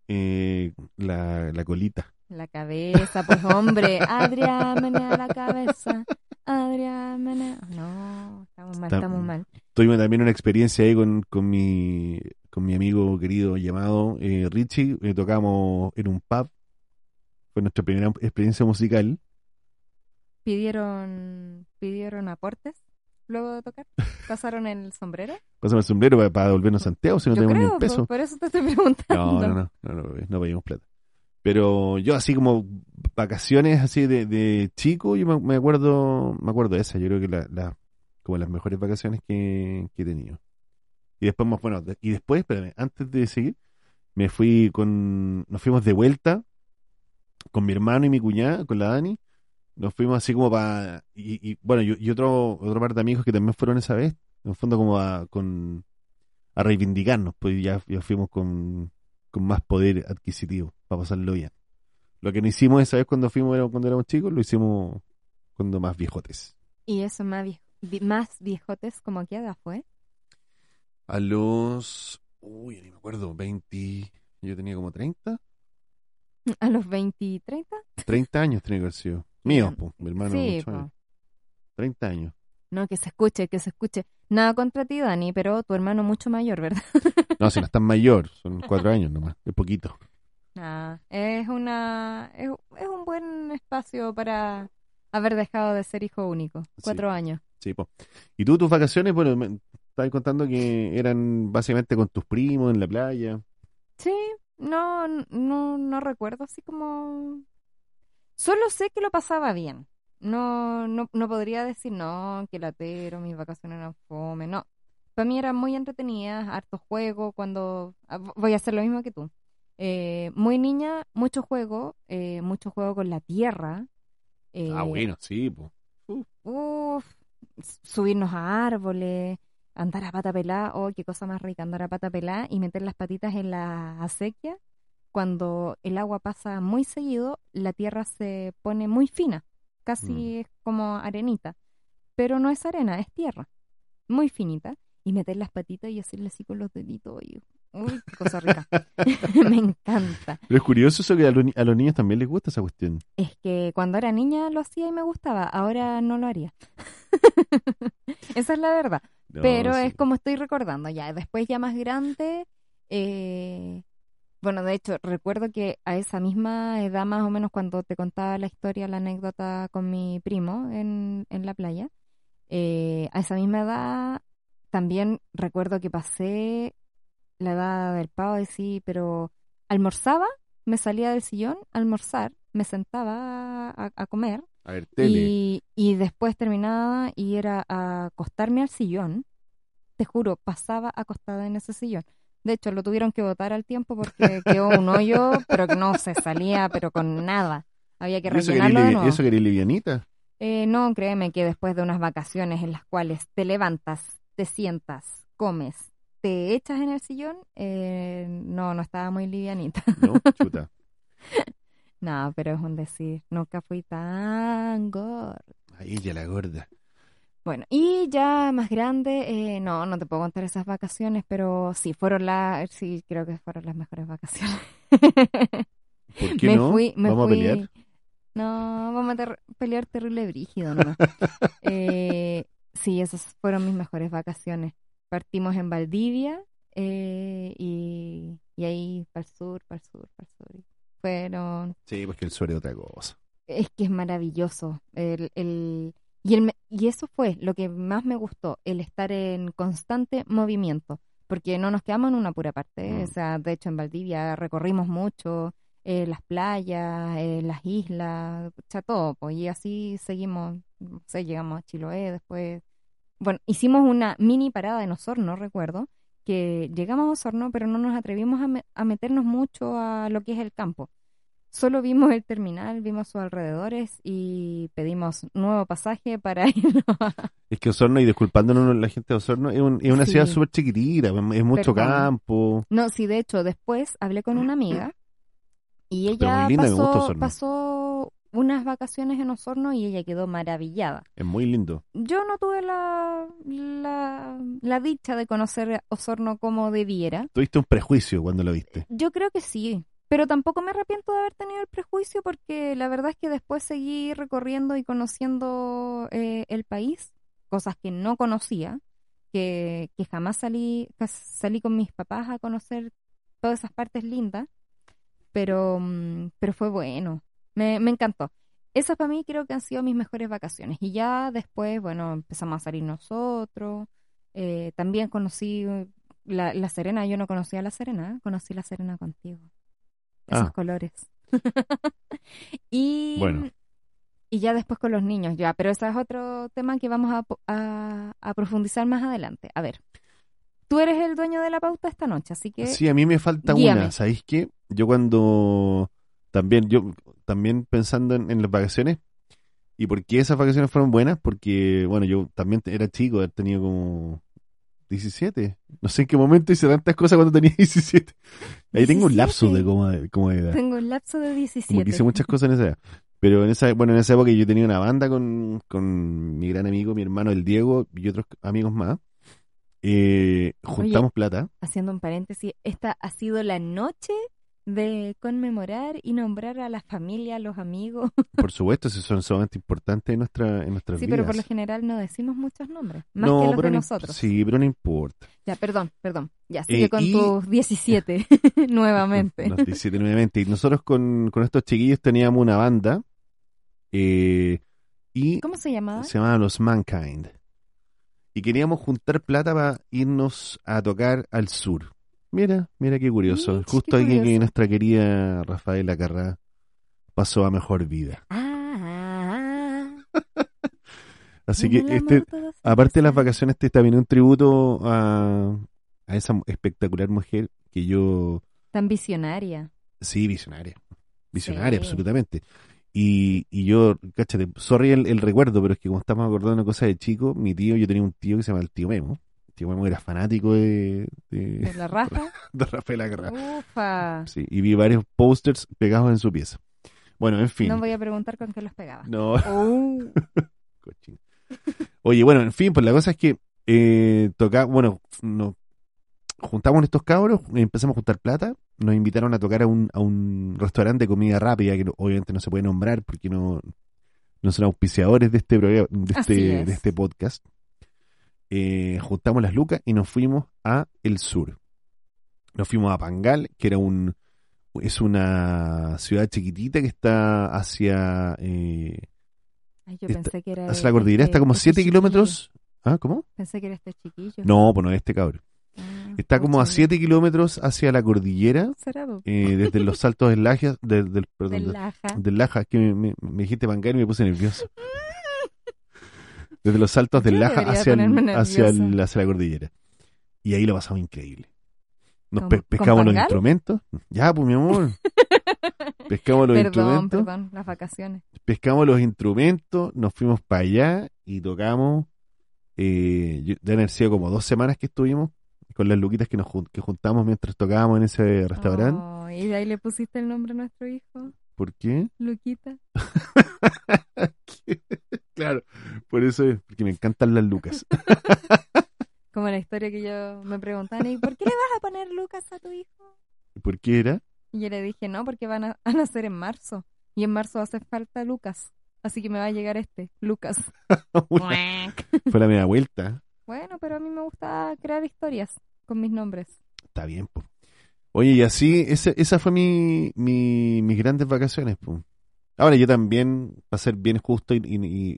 Speaker 2: eh, la, la colita.
Speaker 1: La cabeza, pues hombre. Adrián, menea la cabeza. Adrián, menea. No, estamos mal,
Speaker 2: Está-
Speaker 1: estamos mal.
Speaker 2: Tuvimos también una experiencia ahí con, con mi con mi amigo querido llamado eh, Richie. Eh, tocamos en un pub. Fue nuestra primera experiencia musical.
Speaker 1: pidieron pidieron aportes luego de tocar pasaron el sombrero
Speaker 2: Pásame el sombrero para, para devolvernos a Santiago si no
Speaker 1: yo
Speaker 2: tenemos ni
Speaker 1: creo
Speaker 2: un
Speaker 1: pues,
Speaker 2: peso.
Speaker 1: por eso te estoy preguntando
Speaker 2: No, no, no, no, no, no pedimos plata. Pero yo así como vacaciones así de, de chico, yo me, me acuerdo, me acuerdo de esa, yo creo que la, la- como las mejores vacaciones que, que he tenido. Y después más bueno, de- y después, espérame, antes de seguir, me fui con, nos fuimos de vuelta con mi hermano y mi cuñada, con la Dani, nos fuimos así como para, y, y, bueno, y, y otro, otro par de amigos que también fueron esa vez, en el fondo como a, con, a reivindicarnos, pues ya, ya fuimos con, con más poder adquisitivo para pasarlo bien. Lo que no hicimos esa vez cuando fuimos era- cuando éramos chicos, lo hicimos cuando más viejotes.
Speaker 1: y eso más vie- vi- más viejotes como que edad fue
Speaker 2: A los... Uy, ni me acuerdo, 20... Yo tenía como 30.
Speaker 1: a los 20 y 30
Speaker 2: 30 años tenía que haber sido. Mío, po, mi hermano.
Speaker 1: sí
Speaker 2: mucho
Speaker 1: po.
Speaker 2: mayor. 30 años.
Speaker 1: no que se escuche que se escuche nada contra ti Dani pero tu hermano mucho mayor verdad
Speaker 2: No, si no es tan mayor, son 4 años nomás, es poquito.
Speaker 1: Nah, es una es, es un buen espacio para haber dejado de ser hijo único cuatro años
Speaker 2: Sí, po. Y tú, tus vacaciones, bueno, me estabas contando que eran básicamente con tus primos en la playa.
Speaker 1: Sí, no, no, no recuerdo así como... Solo sé que lo pasaba bien. No, no, no podría decir, no, que latero, mis vacaciones eran fome. No, para mí eran muy entretenidas, harto juego, cuando... ah, vo- Voy a hacer lo mismo que tú. Eh, muy niña, mucho juego, eh, mucho juego con la tierra.
Speaker 2: Ah,
Speaker 1: eh,
Speaker 2: bueno, sí, po.
Speaker 1: Uf, s- subirnos a árboles, andar a pata pelá, oh, qué cosa más rica andar a pata pelá y meter las patitas en la acequia. Cuando el agua pasa muy seguido, la tierra se pone muy fina, casi es como arenita, pero no es arena, es tierra, muy finita, y meter las patitas y hacerle así con los deditos, oye, uy, qué cosa rica, <laughs> me encanta.
Speaker 2: Pero es curioso eso que a los, ni- a los niños también les gusta esa cuestión.
Speaker 1: Es que cuando era niña lo hacía y me gustaba, ahora no lo haría. <laughs> Esa es la verdad.
Speaker 2: No,
Speaker 1: Pero
Speaker 2: sí.
Speaker 1: es como estoy recordando ya. Después ya más grande, eh, bueno, de hecho, recuerdo que a esa misma edad, más o menos cuando te contaba la historia, la anécdota con mi primo en, en la playa, eh, a esa misma edad también recuerdo que pasé la edad del pavo y sí, pero almorzaba, me salía del sillón a almorzar, me sentaba a- a comer
Speaker 2: A ver, tele.
Speaker 1: y, y después terminaba y era a acostarme al sillón. Te juro, pasaba acostada en ese sillón. De hecho, lo tuvieron que botar al tiempo
Speaker 2: <laughs>
Speaker 1: porque quedó un hoyo, pero que no se salía, pero con nada. Había que
Speaker 2: ¿Y eso quería
Speaker 1: rellenarlo de
Speaker 2: livi-
Speaker 1: nuevo.
Speaker 2: eso quería livianita?
Speaker 1: Eh, no, créeme que después de unas vacaciones en las cuales te levantas, te sientas, comes, te echas en el sillón, eh, no, no estaba muy livianita. <laughs>
Speaker 2: No, chuta.
Speaker 1: No, pero es un decir, nunca fui tan gorda.
Speaker 2: Ahí ya la gorda.
Speaker 1: Bueno, y ya más grande, eh, no, no te puedo contar esas vacaciones, pero sí, fueron las, sí, creo que fueron las mejores vacaciones.
Speaker 2: ¿Por qué no?
Speaker 1: fui, me
Speaker 2: Vamos
Speaker 1: fui.
Speaker 2: a pelear.
Speaker 1: No, vamos a ter- pelear terrible brígido
Speaker 2: <laughs>
Speaker 1: nomás. Eh, sí, esas fueron mis mejores vacaciones. Partimos en Valdivia eh, y, y ahí para el sur, para el sur, para el sur. Fueron,
Speaker 2: Sí, porque el suelo es otra cosa.
Speaker 1: es que es maravilloso. El, el, y, el, me- y eso fue lo que más me gustó, el estar en constante movimiento, porque no nos quedamos en una pura parte. ¿eh?
Speaker 2: Mm.
Speaker 1: O sea, de hecho, en Valdivia recorrimos mucho, eh, las playas, eh, las islas, o sea, todo. pues, y así seguimos, no sé, llegamos a Chiloé después. Bueno, hicimos una mini parada en Osorno, recuerdo, que llegamos a Osorno, pero no nos atrevimos a, me- a meternos mucho a lo que es el campo. Solo vimos el terminal, vimos sus alrededores y pedimos nuevo pasaje para <laughs> irnos. a-
Speaker 2: Es que Osorno, y disculpándonos la gente de Osorno, es, un- es una
Speaker 1: Sí.
Speaker 2: ciudad súper chiquitita, es mucho
Speaker 1: Perdón.
Speaker 2: campo.
Speaker 1: No, sí, de hecho, después hablé con una amiga y
Speaker 2: Pero
Speaker 1: ella
Speaker 2: muy linda, me gusta
Speaker 1: pasó,
Speaker 2: Osorno.
Speaker 1: pasó unas vacaciones en Osorno y ella quedó maravillada.
Speaker 2: Es muy lindo.
Speaker 1: Yo no tuve la, la, la dicha de conocer Osorno como debiera.
Speaker 2: Tuviste un prejuicio cuando lo viste.
Speaker 1: Yo creo que sí, pero tampoco me arrepiento de haber tenido el prejuicio porque la verdad es que después seguí recorriendo y conociendo eh, el país, cosas que no conocía, que, que jamás salí, cas- salí con mis papás a conocer todas esas partes lindas, pero, mm, pero fue bueno, me, me encantó. Esas para mí creo que han sido mis mejores vacaciones y ya después, bueno, empezamos a salir nosotros, eh, también conocí eh, la, la Serena, yo no conocía La Serena, ¿eh? conocí La Serena contigo. Esos
Speaker 2: Ah.
Speaker 1: colores. y,
Speaker 2: Bueno.
Speaker 1: y ya después con los niños, ya, pero ese es otro tema que vamos a, po- a- a profundizar más adelante. A ver, tú eres el dueño de la pauta esta noche, así que
Speaker 2: Sí, a mí me falta
Speaker 1: Guíame.
Speaker 2: una. ¿Sabéis qué? Yo cuando también, yo también pensando en, en las vacaciones, y por qué esas vacaciones fueron buenas, porque, bueno, yo también era chico, haber tenido como 17. No sé en qué momento hice tantas cosas cuando tenía <laughs> 17. Ahí tengo un lapso de
Speaker 1: 17.
Speaker 2: como de, como de edad.
Speaker 1: tengo un lapso de 17.
Speaker 2: Como que hice muchas cosas en esa edad. Pero en esa, bueno, en esa época yo tenía una banda con, con mi gran amigo, mi hermano el Diego y otros amigos más. Eh, juntamos plata.
Speaker 1: Haciendo un paréntesis, esta ha sido la noche de conmemorar y nombrar a la familia, a los amigos.
Speaker 2: Por supuesto, esos son sumamente importantes en, nuestra, en nuestras
Speaker 1: Sí,
Speaker 2: vidas.
Speaker 1: pero por lo general no decimos muchos nombres, más
Speaker 2: no,
Speaker 1: que los
Speaker 2: pero
Speaker 1: de
Speaker 2: no imp-
Speaker 1: nosotros.
Speaker 2: Sí, pero no importa.
Speaker 1: Ya, perdón, perdón. Ya, sigue
Speaker 2: Eh,
Speaker 1: con
Speaker 2: y-
Speaker 1: tus
Speaker 2: <laughs>
Speaker 1: 17 <laughs> nuevamente.
Speaker 2: Los 17 nuevamente. Y nosotros con, con estos chiquillos teníamos una banda eh, y
Speaker 1: ¿Cómo se llamaba?
Speaker 2: se llamaba Los Mankind. Y queríamos juntar plata para irnos a tocar al sur. Mira, mira qué curioso.
Speaker 1: Mich,
Speaker 2: Justo
Speaker 1: Mm, qué
Speaker 2: aquí que
Speaker 1: curioso.
Speaker 2: nuestra querida Rafaela Carrá pasó a mejor vida.
Speaker 1: Ah,
Speaker 2: Así
Speaker 1: en
Speaker 2: que
Speaker 1: el
Speaker 2: este,
Speaker 1: amor todo se
Speaker 2: Aparte de las
Speaker 1: usa.
Speaker 2: vacaciones, te está viendo un tributo a, a esa espectacular mujer que yo,
Speaker 1: Tan visionaria.
Speaker 2: sí, visionaria, visionaria,
Speaker 1: Sí.
Speaker 2: absolutamente. Y, y yo, cáchate, sorry el, el recuerdo, pero es que como estamos acordando una cosa de chico, mi tío, yo tenía un tío que se llama el tío Memo. El tío Memo era fanático de, de,
Speaker 1: De la raja.
Speaker 2: <laughs> de Rafael Agarra.
Speaker 1: Ufa.
Speaker 2: Sí, y vi varios posters pegados en su pieza. Bueno, en fin.
Speaker 1: No voy a preguntar con qué los pegaba.
Speaker 2: No,
Speaker 1: Uh,
Speaker 2: Cochino. Oye, bueno, en fin, pues la cosa es que eh, toca, bueno, nos juntamos estos cabros, empezamos a juntar plata, nos invitaron a tocar a un, a un restaurante de comida rápida, que no- obviamente no se puede nombrar porque no, no son auspiciadores de este programa, de
Speaker 1: Así
Speaker 2: este,
Speaker 1: es.
Speaker 2: de este podcast. Eh, juntamos las lucas y nos fuimos a el sur. Nos fuimos a Pangal, que era un es una ciudad chiquitita que está hacia eh,
Speaker 1: ay, yo
Speaker 2: Esta-
Speaker 1: pensé que era.
Speaker 2: hacia la cordillera,
Speaker 1: este-
Speaker 2: está como
Speaker 1: este
Speaker 2: 7
Speaker 1: chiquillo.
Speaker 2: kilómetros. ¿Ah, cómo?
Speaker 1: Pensé que era este chiquillo.
Speaker 2: No, pues no, este cabrón.
Speaker 1: Ah,
Speaker 2: Está como a
Speaker 1: pucha,
Speaker 2: 7 kilómetros hacia la cordillera,
Speaker 1: será bo-
Speaker 2: eh, desde los saltos del Laja, de- del, perdón,
Speaker 1: de
Speaker 2: del-
Speaker 1: laja.
Speaker 2: del Laja, que me, me- me dijiste bancar y me puse nervioso. Desde los saltos del
Speaker 1: Yo
Speaker 2: Laja
Speaker 1: debería
Speaker 2: hacia, el-
Speaker 1: ponerme
Speaker 2: hacia, el-
Speaker 1: nerviosa.
Speaker 2: hacia la cordillera. Y ahí lo pasamos increíble. Nos
Speaker 1: ¿Con-
Speaker 2: pe-
Speaker 1: con
Speaker 2: pescamos los
Speaker 1: Pangal?
Speaker 2: instrumentos. Ya, pues
Speaker 1: <laughs>
Speaker 2: mi amor. pescamos los
Speaker 1: Perdón,
Speaker 2: instrumentos.
Speaker 1: perdón, las vacaciones.
Speaker 2: pescamos los instrumentos, nos fuimos para allá y tocamos. Eh, yo- deben haber sido como dos semanas que estuvimos con las luquitas que nos jun- que juntamos mientras tocábamos en ese restaurante.
Speaker 1: Oh, y de ahí le pusiste el nombre a nuestro hijo,
Speaker 2: ¿Por qué?
Speaker 1: Luquita.
Speaker 2: claro, Por eso es, porque me encantan las lucas. <laughs>
Speaker 1: Como la historia que yo me preguntaban, ¿y por qué le vas a poner Lucas a tu hijo?
Speaker 2: ¿Por qué era? <laughs>
Speaker 1: Y yo le dije, no, porque van a, <laughs> a nacer en marzo. Y en marzo hace falta Lucas. Así que me va a llegar este,
Speaker 2: <laughs>
Speaker 1: Lucas.
Speaker 2: Una- fue la media vuelta.
Speaker 1: bueno, pero a mí me gusta crear historias con mis nombres.
Speaker 2: Está bien, po. Oye, y así, esa, esa fue mi, mi- mis grandes vacaciones, po. Ahora yo también, para ser bien justo y, y- y-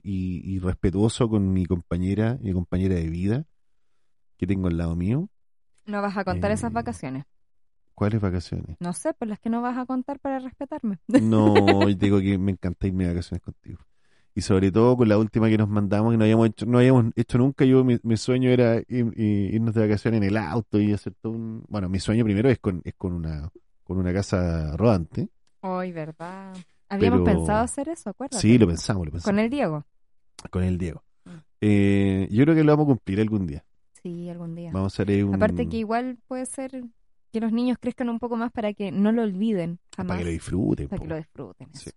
Speaker 2: y respetuoso con mi compañera, mi compañera de vida, que tengo al lado mío.
Speaker 1: No vas a contar esas
Speaker 2: Eh.
Speaker 1: vacaciones.
Speaker 2: ¿Cuáles vacaciones?
Speaker 1: No sé, por las que no vas a contar para respetarme. <laughs>
Speaker 2: Mm. No, yo te digo que me encanta irme de vacaciones contigo. Y sobre todo con la última que nos mandamos, que no habíamos hecho, no habíamos hecho nunca. Yo, mi, mi sueño era ir- ir- irnos de vacaciones en el auto y hacer todo un... Bueno, mi sueño primero es con, es con una, con una casa rodante.
Speaker 1: Hoy, ¿verdad? Habíamos
Speaker 2: Pero-
Speaker 1: pensado hacer eso, acuérdate.
Speaker 2: Sí, lo pensamos, lo
Speaker 1: Con Mm.
Speaker 2: pensamos.
Speaker 1: el Diego.
Speaker 2: Con el Diego. Eh, yo creo que lo vamos a cumplir algún día.
Speaker 1: Sí, algún día.
Speaker 2: Vamos a hacer ahí un...
Speaker 1: Aparte que igual puede ser que los niños crezcan un poco más para que no lo olviden jamás.
Speaker 2: Para que lo disfruten.
Speaker 1: para que
Speaker 2: po.
Speaker 1: lo disfruten.
Speaker 2: Sí.
Speaker 1: eso.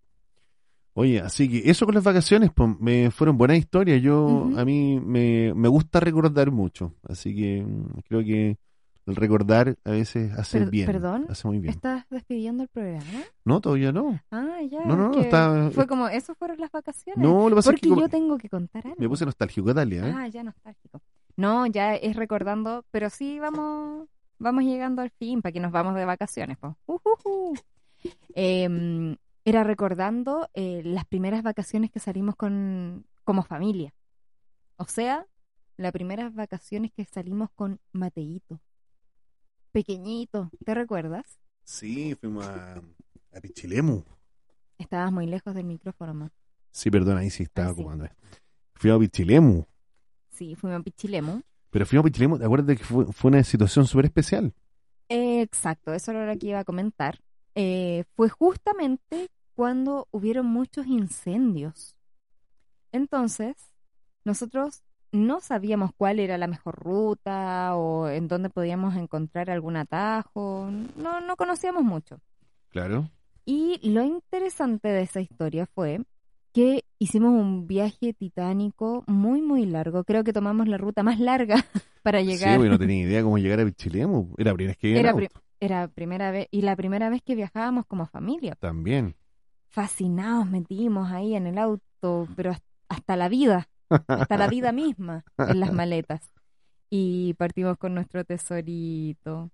Speaker 2: Oye, así que eso con las vacaciones po, me fueron buenas historias. Yo
Speaker 1: Ujú.
Speaker 2: a mí me, me gusta recordar mucho, así que mm, creo que el recordar a veces hace
Speaker 1: Per-
Speaker 2: bien,
Speaker 1: ¿perdón?
Speaker 2: hace muy bien.
Speaker 1: ¿Estás despidiendo el programa?
Speaker 2: No, todavía no.
Speaker 1: Ah, ya.
Speaker 2: No, no,
Speaker 1: es
Speaker 2: no,
Speaker 1: que
Speaker 2: está- eh,
Speaker 1: Fue como, eso fueron las vacaciones.
Speaker 2: No, lo que pasa es
Speaker 1: Porque
Speaker 2: que como-
Speaker 1: yo tengo que contar algo.
Speaker 2: me puse nostálgico, dale, ¿eh?
Speaker 1: Ah, ya nostálgico. No, ya es recordando, pero sí vamos, vamos llegando al fin para que nos vamos de vacaciones. po. Ujujú. Em, era recordando eh, las primeras vacaciones que salimos con, como familia. O sea, las primeras vacaciones que salimos con Mateito. Pequeñito, ¿te recuerdas?
Speaker 2: Sí, fuimos a, a Pichilemu.
Speaker 1: Estabas muy lejos del micrófono, ma.
Speaker 2: Sí, perdón, ahí sí estaba
Speaker 1: Ahí Ah, sí.
Speaker 2: ocupando. Fuimos a Pichilemu,
Speaker 1: Sí, fuimos a Pichilemu.
Speaker 2: pero fuimos a Pichilemu, ¿te acuerdas que fue, fue una situación súper especial?
Speaker 1: Eh, Exacto, eso era lo que iba a comentar. Eh, fue justamente cuando hubieron muchos incendios. Entonces, nosotros no sabíamos cuál era la mejor ruta o en dónde podíamos encontrar algún atajo. No, no conocíamos mucho.
Speaker 2: Claro.
Speaker 1: Y lo interesante de esa historia fue que hicimos un viaje titánico muy, muy largo. Creo que tomamos la ruta más larga <laughs> para
Speaker 2: Sí,
Speaker 1: llegar.
Speaker 2: porque no tenía idea cómo llegar a Pichilemu. Era la primera vez que pues, iba en
Speaker 1: Era
Speaker 2: auto.
Speaker 1: Era primera vez y la primera vez que viajábamos como familia.
Speaker 2: También.
Speaker 1: fascinados metimos ahí en el auto, pero has- hasta la vida, hasta la vida misma en las maletas. Y partimos con nuestro tesorito.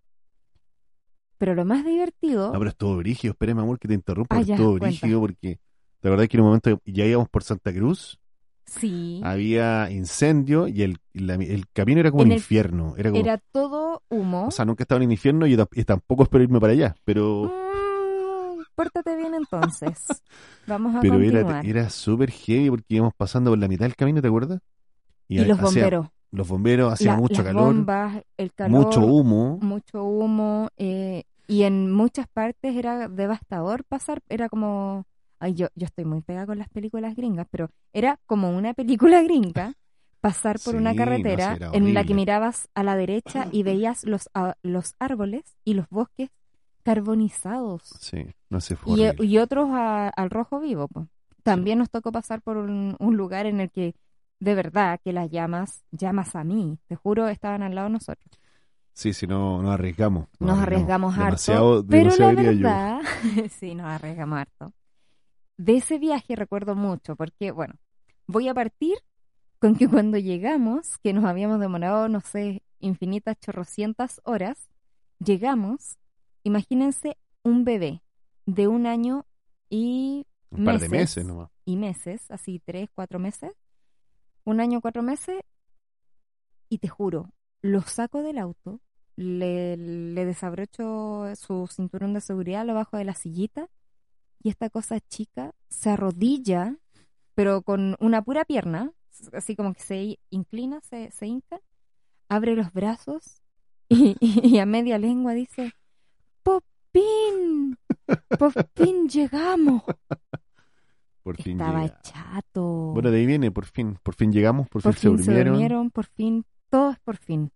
Speaker 1: Pero lo más divertido,
Speaker 2: No, pero estuvo brígido, espérame, amor, que te interrumpa,
Speaker 1: Oh. Ah,
Speaker 2: pero
Speaker 1: ya,
Speaker 2: estuvo
Speaker 1: cuenta.
Speaker 2: brígido porque la verdad es que en un momento ya íbamos por Santa Cruz,
Speaker 1: sí,
Speaker 2: Ah, había incendio y el, la- el camino era como
Speaker 1: En
Speaker 2: un
Speaker 1: el-
Speaker 2: infierno. Era como,
Speaker 1: era todo humo.
Speaker 2: o sea, nunca he estado en un infierno y, yo tam- y tampoco espero irme para allá, pero,
Speaker 1: Mm, pórtate bien
Speaker 2: <laughs>
Speaker 1: entonces. Vamos a
Speaker 2: pero era,
Speaker 1: continuar.
Speaker 2: era súper heavy porque íbamos pasando por la mitad del camino, ¿te acuerdas?
Speaker 1: y los
Speaker 2: hacía-
Speaker 1: bomberos,
Speaker 2: Los bomberos, hacía
Speaker 1: la-
Speaker 2: mucho
Speaker 1: las
Speaker 2: calor,
Speaker 1: bombas, el calor,
Speaker 2: mucho humo.
Speaker 1: mucho humo eh, y en muchas partes era devastador pasar, era como, ay, yo, yo estoy muy pegada con las películas gringas, pero era como una película gringa pasar por una
Speaker 2: Sí, no, sí,
Speaker 1: carretera
Speaker 2: era
Speaker 1: en la
Speaker 2: horrible.
Speaker 1: que mirabas a la derecha y veías los, a- los árboles y los bosques carbonizados
Speaker 2: Sí, no sé, fue
Speaker 1: y, eh,
Speaker 2: horrible.
Speaker 1: y otros a- al rojo vivo. po. También nos tocó pasar por un, un lugar en el que de verdad que las llamas, llamas a mí, te juro, estaban al lado de nosotros
Speaker 2: Sí, sí, no, nos arriesgamos.
Speaker 1: nos arriesgamos harto.
Speaker 2: Demasiado,
Speaker 1: pero
Speaker 2: demasiado
Speaker 1: la
Speaker 2: diría yo.
Speaker 1: verdad, <laughs> sí, nos arriesgamos harto. De ese viaje recuerdo mucho, porque, bueno, voy a partir con que cuando llegamos, que nos habíamos demorado, no sé, infinitas chorrocientas horas, llegamos, imagínense un bebé de un año y
Speaker 2: Un par de
Speaker 1: meses.
Speaker 2: meses nomás.
Speaker 1: y meses, así tres, cuatro meses, un año, cuatro meses, y te juro, lo saco del auto, le, le desabrocho su cinturón de seguridad, lo bajo de la sillita, y esta cosa chica se arrodilla, pero con una pura pierna, así como que se inclina, se, se hinca, abre los brazos y, y a media lengua dice, Popín, Popín, llegamos.
Speaker 2: Por fin
Speaker 1: Estaba
Speaker 2: llega.
Speaker 1: chato.
Speaker 2: Bueno, de ahí viene, por fin. Por fin llegamos, por,
Speaker 1: por
Speaker 2: fin, se durmieron.
Speaker 1: por fin, todos por fin.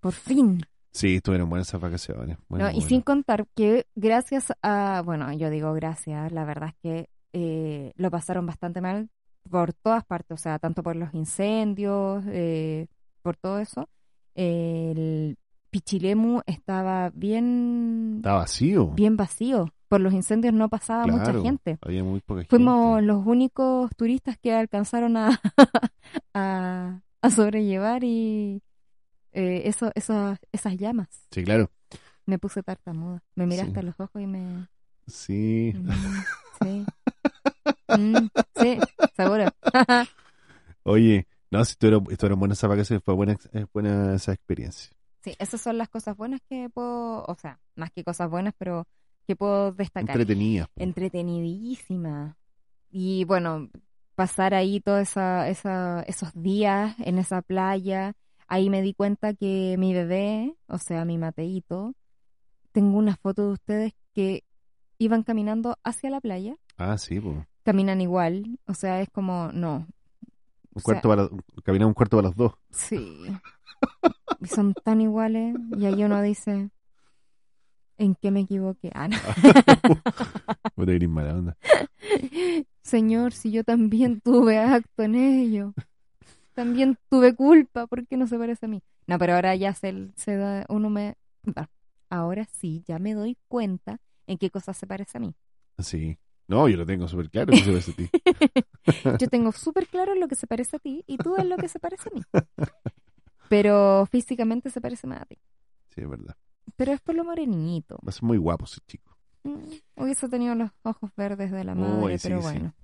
Speaker 1: Por fin.
Speaker 2: Sí, estuvieron buenas esas vacaciones. Bueno,
Speaker 1: ¿no? Y
Speaker 2: bueno.
Speaker 1: sin contar que gracias a, bueno, yo digo gracias, la verdad es que eh, lo pasaron bastante mal por todas partes, o sea, tanto por los incendios, eh, por todo eso. El Pichilemu estaba bien,
Speaker 2: Está vacío.
Speaker 1: bien vacío. Por los incendios no pasaba mucha
Speaker 2: Claro,
Speaker 1: gente.
Speaker 2: Había muy poca
Speaker 1: Fuimos
Speaker 2: gente.
Speaker 1: los únicos turistas que alcanzaron a, <laughs> a, a sobrellevar y eh, eso, eso- esas llamas.
Speaker 2: Sí, claro.
Speaker 1: Me puse tartamuda. Me miraste
Speaker 2: Sí.
Speaker 1: a los ojos y me...
Speaker 2: Sí. <laughs>
Speaker 1: Mm, sí. Mm, sí, seguro.
Speaker 2: Oye, no, si estuvieron, estuvieron buenas esas vacaciones, fue buena, eh, buena esa experiencia.
Speaker 1: Sí, esas son las cosas buenas que puedo, o sea, más que cosas buenas, pero que puedo destacar.
Speaker 2: Entretenidas. po.
Speaker 1: Entretenidísima. Y bueno, pasar ahí todos esa, esa- esos días en esa playa, ahí me di cuenta que mi bebé, o sea, mi Mateito, tengo una foto de ustedes que iban caminando hacia la playa,
Speaker 2: Ah, sí, po.
Speaker 1: caminan igual, o sea, es como, no, sea-
Speaker 2: Un cuarto para, la- caminamos un cuarto para
Speaker 1: <laughs>
Speaker 2: los dos.
Speaker 1: Sí. Y son tan iguales. Y ahí uno dice, ¿en qué me equivoqué? Ah, no.
Speaker 2: Vos te venís mala onda.
Speaker 1: Señor, si yo también tuve acto en ello. También tuve culpa, ¿por qué no se parece a mí? No, pero ahora ya se, se da, uno me... va. Ahora sí, ya me doy cuenta en qué cosas se parece a mí.
Speaker 2: Sí. No, yo lo tengo súper claro. que se parece a
Speaker 1: <laughs>
Speaker 2: ti.
Speaker 1: Yo
Speaker 2: <laughs>
Speaker 1: tengo súper claro en lo que se parece a ti y tú en lo que se parece a mí. Pero físicamente se parece más a ti.
Speaker 2: Sí, es verdad.
Speaker 1: Pero es por lo morenito.
Speaker 2: Va a ser muy guapo ese chico.
Speaker 1: Mm, Hubiese tenido los ojos verdes de la
Speaker 2: Uy,
Speaker 1: madre,
Speaker 2: sí,
Speaker 1: pero
Speaker 2: sí.
Speaker 1: bueno.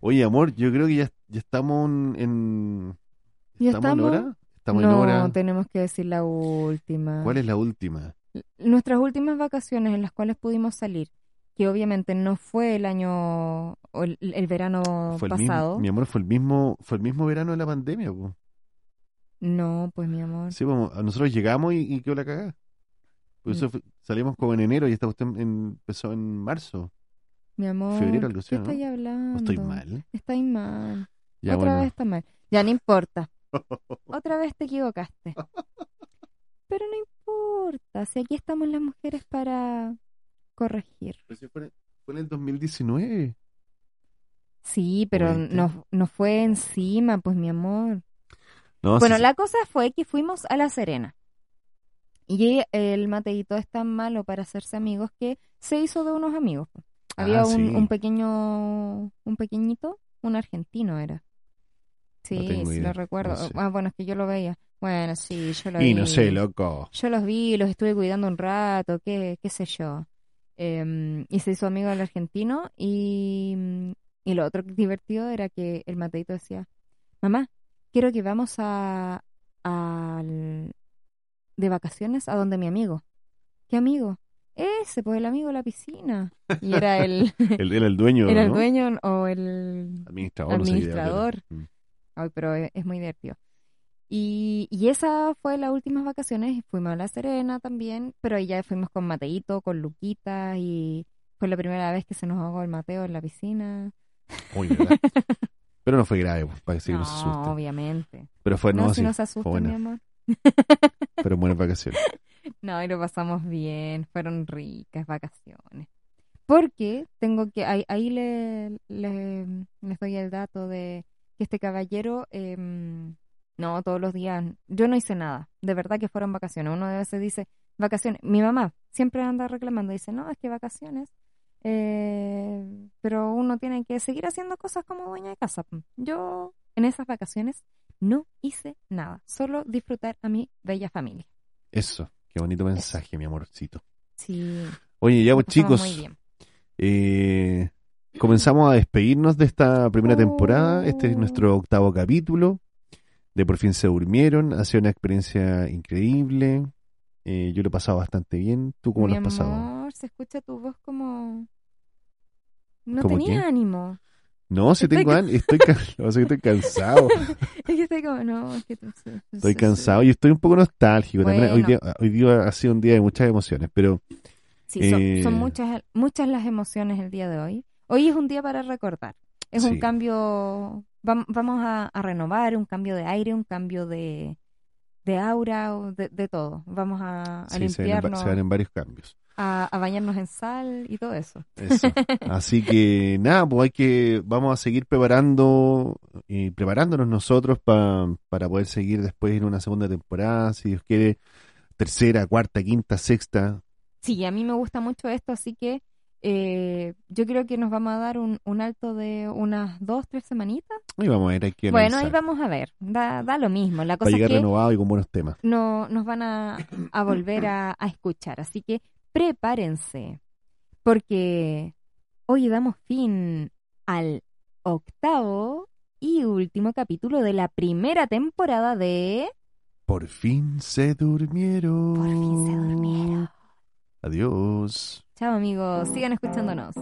Speaker 2: Oye, amor, yo creo que ya, ya estamos en. en-
Speaker 1: ¿Ya
Speaker 2: en
Speaker 1: estamos?
Speaker 2: hora? Estamos en
Speaker 1: no,
Speaker 2: hora.
Speaker 1: tenemos que decir la última.
Speaker 2: ¿Cuál es la última?
Speaker 1: Nuestras últimas vacaciones en las cuales pudimos salir, que obviamente no fue el año o el, el verano
Speaker 2: Fue el mismo,
Speaker 1: pasado.
Speaker 2: mi amor, fue el mismo, fue el mismo verano de la pandemia, po.
Speaker 1: No, pues mi amor.
Speaker 2: Sí, po, nosotros llegamos y, y quedó la cagada. Por
Speaker 1: Mm.
Speaker 2: eso fue- salimos como en enero y esta cuestión en- empezó en marzo.
Speaker 1: Mi amor.
Speaker 2: Febrero, algo así,
Speaker 1: ¿Qué
Speaker 2: ¿no?
Speaker 1: estáis hablando?
Speaker 2: No estoy mal.
Speaker 1: Estáis mal.
Speaker 2: Ya
Speaker 1: Mm, Otra
Speaker 2: bueno.
Speaker 1: vez está mal. Ya no
Speaker 2: <laughs>
Speaker 1: importa. Otra vez te equivocaste. Pero no importa. Si aquí estamos las mujeres para corregir.
Speaker 2: Pero si fue, fue en el 2019.
Speaker 1: Sí, pero
Speaker 2: ¿viste?
Speaker 1: no, no fue encima, pues mi amor.
Speaker 2: No,
Speaker 1: bueno,
Speaker 2: Oh, sí,
Speaker 1: la cosa fue que fuimos a La Serena. Y el Mateito es tan malo para hacerse amigos que se hizo de unos amigos. po.
Speaker 2: Ah,
Speaker 1: Había un,
Speaker 2: sí.
Speaker 1: un pequeño, un pequeñito, un argentino era. Sí,
Speaker 2: tengo
Speaker 1: sí,
Speaker 2: idea,
Speaker 1: lo recuerdo.
Speaker 2: no sé.
Speaker 1: Ah, bueno, es que yo lo veía. Bueno, sí, yo lo
Speaker 2: sí. Y
Speaker 1: vi.
Speaker 2: no sé, loco.
Speaker 1: Yo los vi, los estuve cuidando un rato, qué, qué sé yo. Eh, y se hizo amigo del argentino y, y lo otro divertido era que el Mateito decía, mamá, quiero que vamos a, al- de vacaciones a donde mi amigo. ¿Qué amigo? Ese, pues el amigo de la piscina. Y era el,
Speaker 2: Él era el
Speaker 1: <laughs>
Speaker 2: dueño,
Speaker 1: era el
Speaker 2: ¿no?
Speaker 1: dueño o el...
Speaker 2: Administrador, no sé qué diablo era.
Speaker 1: Administrador.
Speaker 2: Mm.
Speaker 1: Ay, pero e, es, es muy divertido. Y, y esa fue las últimas vacaciones. Fuimos a La Serena también, pero ahí ya fuimos con Mateito, con Luquita y fue la primera vez que se nos ahogó el Mateo en la piscina. <laughs>
Speaker 2: Uy, ¿verdad? Pero no fue grave, pues, para que no,
Speaker 1: no,
Speaker 2: se asusten.
Speaker 1: obviamente.
Speaker 2: Pero fue, no,
Speaker 1: no,
Speaker 2: sí,
Speaker 1: si no se asustan,
Speaker 2: buena.
Speaker 1: mi amor.
Speaker 2: pero
Speaker 1: <laughs>
Speaker 2: buenas vacaciones.
Speaker 1: No, y lo pasamos bien. Fueron ricas vacaciones. Porque tengo que, ahí, ahí le, le, les doy el dato de que este caballero, em, no, todos los días, yo no hice nada, de verdad que fueron vacaciones. Uno de veces dice, vacaciones, mi mamá siempre anda reclamando, dice, no, es que vacaciones, eh, pero uno tiene que seguir haciendo cosas como dueña de casa. pues. Yo en esas vacaciones no hice nada, solo disfrutar a mi bella familia.
Speaker 2: Eso, qué bonito mensaje, mi amorcito.
Speaker 1: Sí,
Speaker 2: Oye, ya,
Speaker 1: lo
Speaker 2: pues,
Speaker 1: pasamos
Speaker 2: chicos,
Speaker 1: muy bien.
Speaker 2: eh, comenzamos a despedirnos de esta primera temporada. Este es
Speaker 1: Oh.
Speaker 2: nuestro octavo capítulo. De por fin se durmieron. Ha sido una experiencia increíble. Eh, yo lo he pasado bastante bien. ¿Tú cómo
Speaker 1: Mi
Speaker 2: lo has pasado?
Speaker 1: amor, se escucha tu voz como... No
Speaker 2: ¿Como
Speaker 1: tenía
Speaker 2: qué?
Speaker 1: ánimo. <laughs>
Speaker 2: No, si
Speaker 1: Estoy
Speaker 2: tengo
Speaker 1: ca-
Speaker 2: an- estoy, ca- lo que pasa es que estoy
Speaker 1: <laughs>
Speaker 2: cansado.
Speaker 1: Es que estoy como, no, es que tú- sí, sí,
Speaker 2: Estoy
Speaker 1: sí.
Speaker 2: cansado y estoy un poco nostálgico. también. Hoy,
Speaker 1: Bueno.
Speaker 2: día, hoy día ha sido un día de muchas emociones, pero
Speaker 1: Sí, son,
Speaker 2: Eh.
Speaker 1: son muchas, muchas las emociones el día de hoy. Hoy es un día para recordar. Es un
Speaker 2: Sí.
Speaker 1: cambio, vam- vamos a, a renovar, un cambio de aire, un cambio de, de aura, o de, de todo. Vamos a, a
Speaker 2: sí, se ven, en va-
Speaker 1: limpiarnos.
Speaker 2: se ven en varios cambios.
Speaker 1: a, a bañarnos en sal y todo eso.
Speaker 2: Eso. <laughs> Así que nada, pues hay que, vamos a seguir preparando y preparándonos nosotros pa- para poder seguir después en una segunda temporada, si Dios quiere, tercera, cuarta, quinta, sexta.
Speaker 1: Sí, a mí me gusta mucho esto, así que eh, yo creo que nos vamos a dar un, un alto de unas dos, tres semanitas.
Speaker 2: Ahí vamos a ver, hay que
Speaker 1: Bueno, ahí
Speaker 2: analizar,
Speaker 1: vamos a ver, da, da lo mismo. La
Speaker 2: para
Speaker 1: cosa es
Speaker 2: llegar
Speaker 1: que
Speaker 2: renovado y con buenos temas.
Speaker 1: no, nos van a, a volver a, a escuchar, así que prepárense, porque hoy damos fin al octavo y último capítulo de la primera temporada de...
Speaker 2: Por fin se durmieron.
Speaker 1: Por fin se durmieron.
Speaker 2: Adiós.
Speaker 1: Chao amigos, sigan escuchándonos.